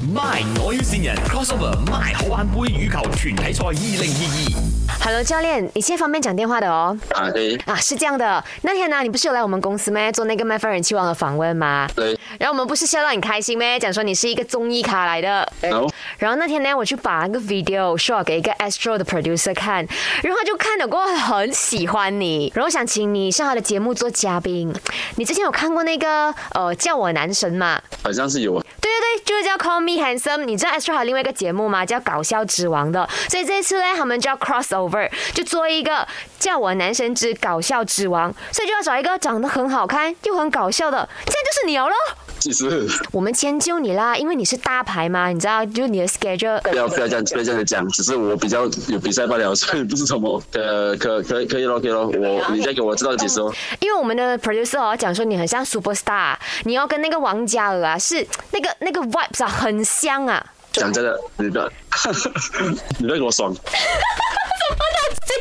My，我要线人 crossover My 好玩杯羽球團體賽二零二 Hello，教练，你现在方便讲电话的哦。啊，对啊，是这样的，那天呢、你不是有来我们公司咩，做那个麦饭人气王的访问吗？对，然后我们不是笑到很开心咩，讲说你是一个综艺咖来的。然后然后那天呢，我去把那个 video show 给一个 Astro 的 producer 看，然后他就看了过后很喜欢你，然后想请你上他的节目做嘉宾。你之前有看过那个呃叫我男神嘛？好像是有啊，对对对，就是叫 Call Me Handsome。你知道 Astro 还有另外一个节目吗？叫搞笑之王的。所以这一次呢，他们就要 crossover，就做一个叫我男神之搞笑之王，所以就要找一个长得很好看又很搞笑的，这样就是你了咯。其实我们迁就你啦，因为你是大牌嘛，你知道，就是你的 schedule 不要不要这样不要这样讲，只是我比较有比赛罢了，所以不是什么呃 可可以可以咯可以咯，我你再给我知道几时哦。因为我们的 producer 哦讲说你很像 super star，你要跟那个王嘉尔啊是那个那个 vibes 啊很像啊。讲真的，你不要 你不要给我爽，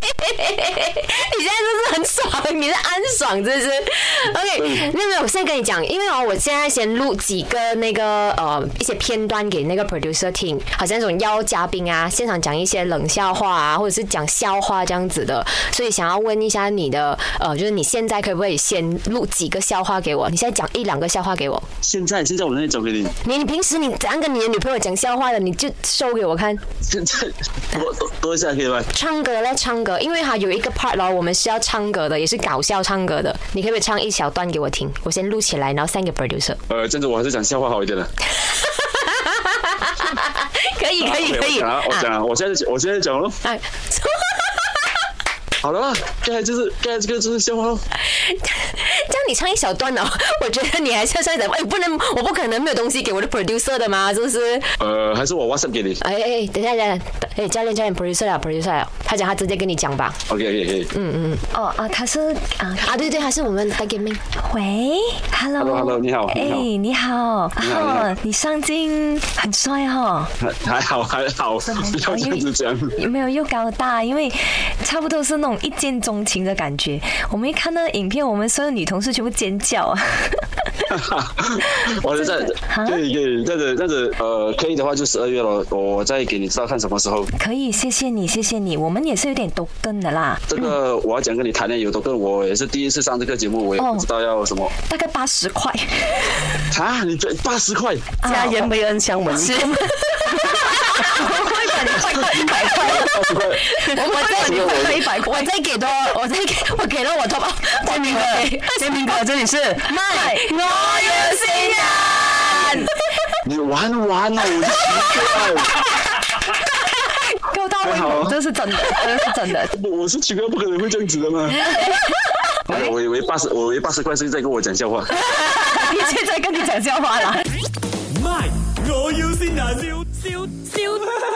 你现在真是很爽，你是安爽，真是。OK，没有没有，我现在跟你讲，因为哦，我现在先录几个那个呃一些片段给那个 producer 听，好像那种邀嘉宾啊，现场讲一些冷笑话啊，或者是讲笑话这样子的，所以想要问一下你的呃，就是你现在可不可以先录几个笑话给我？你现在讲一两个笑话给我。现在现在我那里找给你，你你平时你怎样跟你的女朋友讲笑话的，你就 show 给我看。现在多多多一下可以吗？唱歌嘞，唱歌，因为哈有一个 part 咯，我们是要唱歌的，也是搞笑唱歌的。你可不可以唱一小段给我听？我先录起来，然后 send 给 producer。呃，这样子我还是讲笑话好一点的。啊可以，可以， OK，可以。我讲啊，我讲啊，我现在就我现在就讲咯。啊， 啊好了啦，刚才就是刚才这个就是笑话咯。这样你唱一小段哦，我觉得你还是要唱一小段。哎，不能，我不可能没有东西给我的 producer 的嘛，是不是？呃，还是我 WhatsApp 给你。哎哎，哎等一下，等一下，哎，教练，教练，producer 了，producer 了，他讲他直接跟你讲吧。 OK OK OK。嗯哦啊，他是啊，啊，对对，他是我们 d a g m i n 喂，Hello。 Hello，Hello，你好哎、你好你好，啊你好你好你上镜很帅 哦，还还好还好，不要这样子讲。有没有又高大？因为差不多是那种一见钟情的感觉。我们一看到影片，我们所有女同事全部尖叫 啊！ 我就在哈可以可以，这样子这样子，呃，可以的话就十二月了，我再给你知道看什么时候。可以，谢谢你，谢谢你，我们也是有点都跟的啦，这个我要讲跟你谈恋爱有多个，我也是第一次上这个节目，我也哦不知道要什么。大概八十块， 啊，你这八十块，家人没恩相闻， 我会把你快到一百块，八十块，我再你快到一百我块。再给多，我再给，我给了我 top up，煎饼哥，煎饼哥，这里是卖，我有新人。你玩完了，我就奇 怪，够到还位好吗啊？这是真的，这是真的。我我是奇怪，不可能会这样子的 嘛。哎我以为八十，我以为八十块是在跟我讲笑话。你现在跟你讲笑话啦。二。My，我要線人，笑笑笑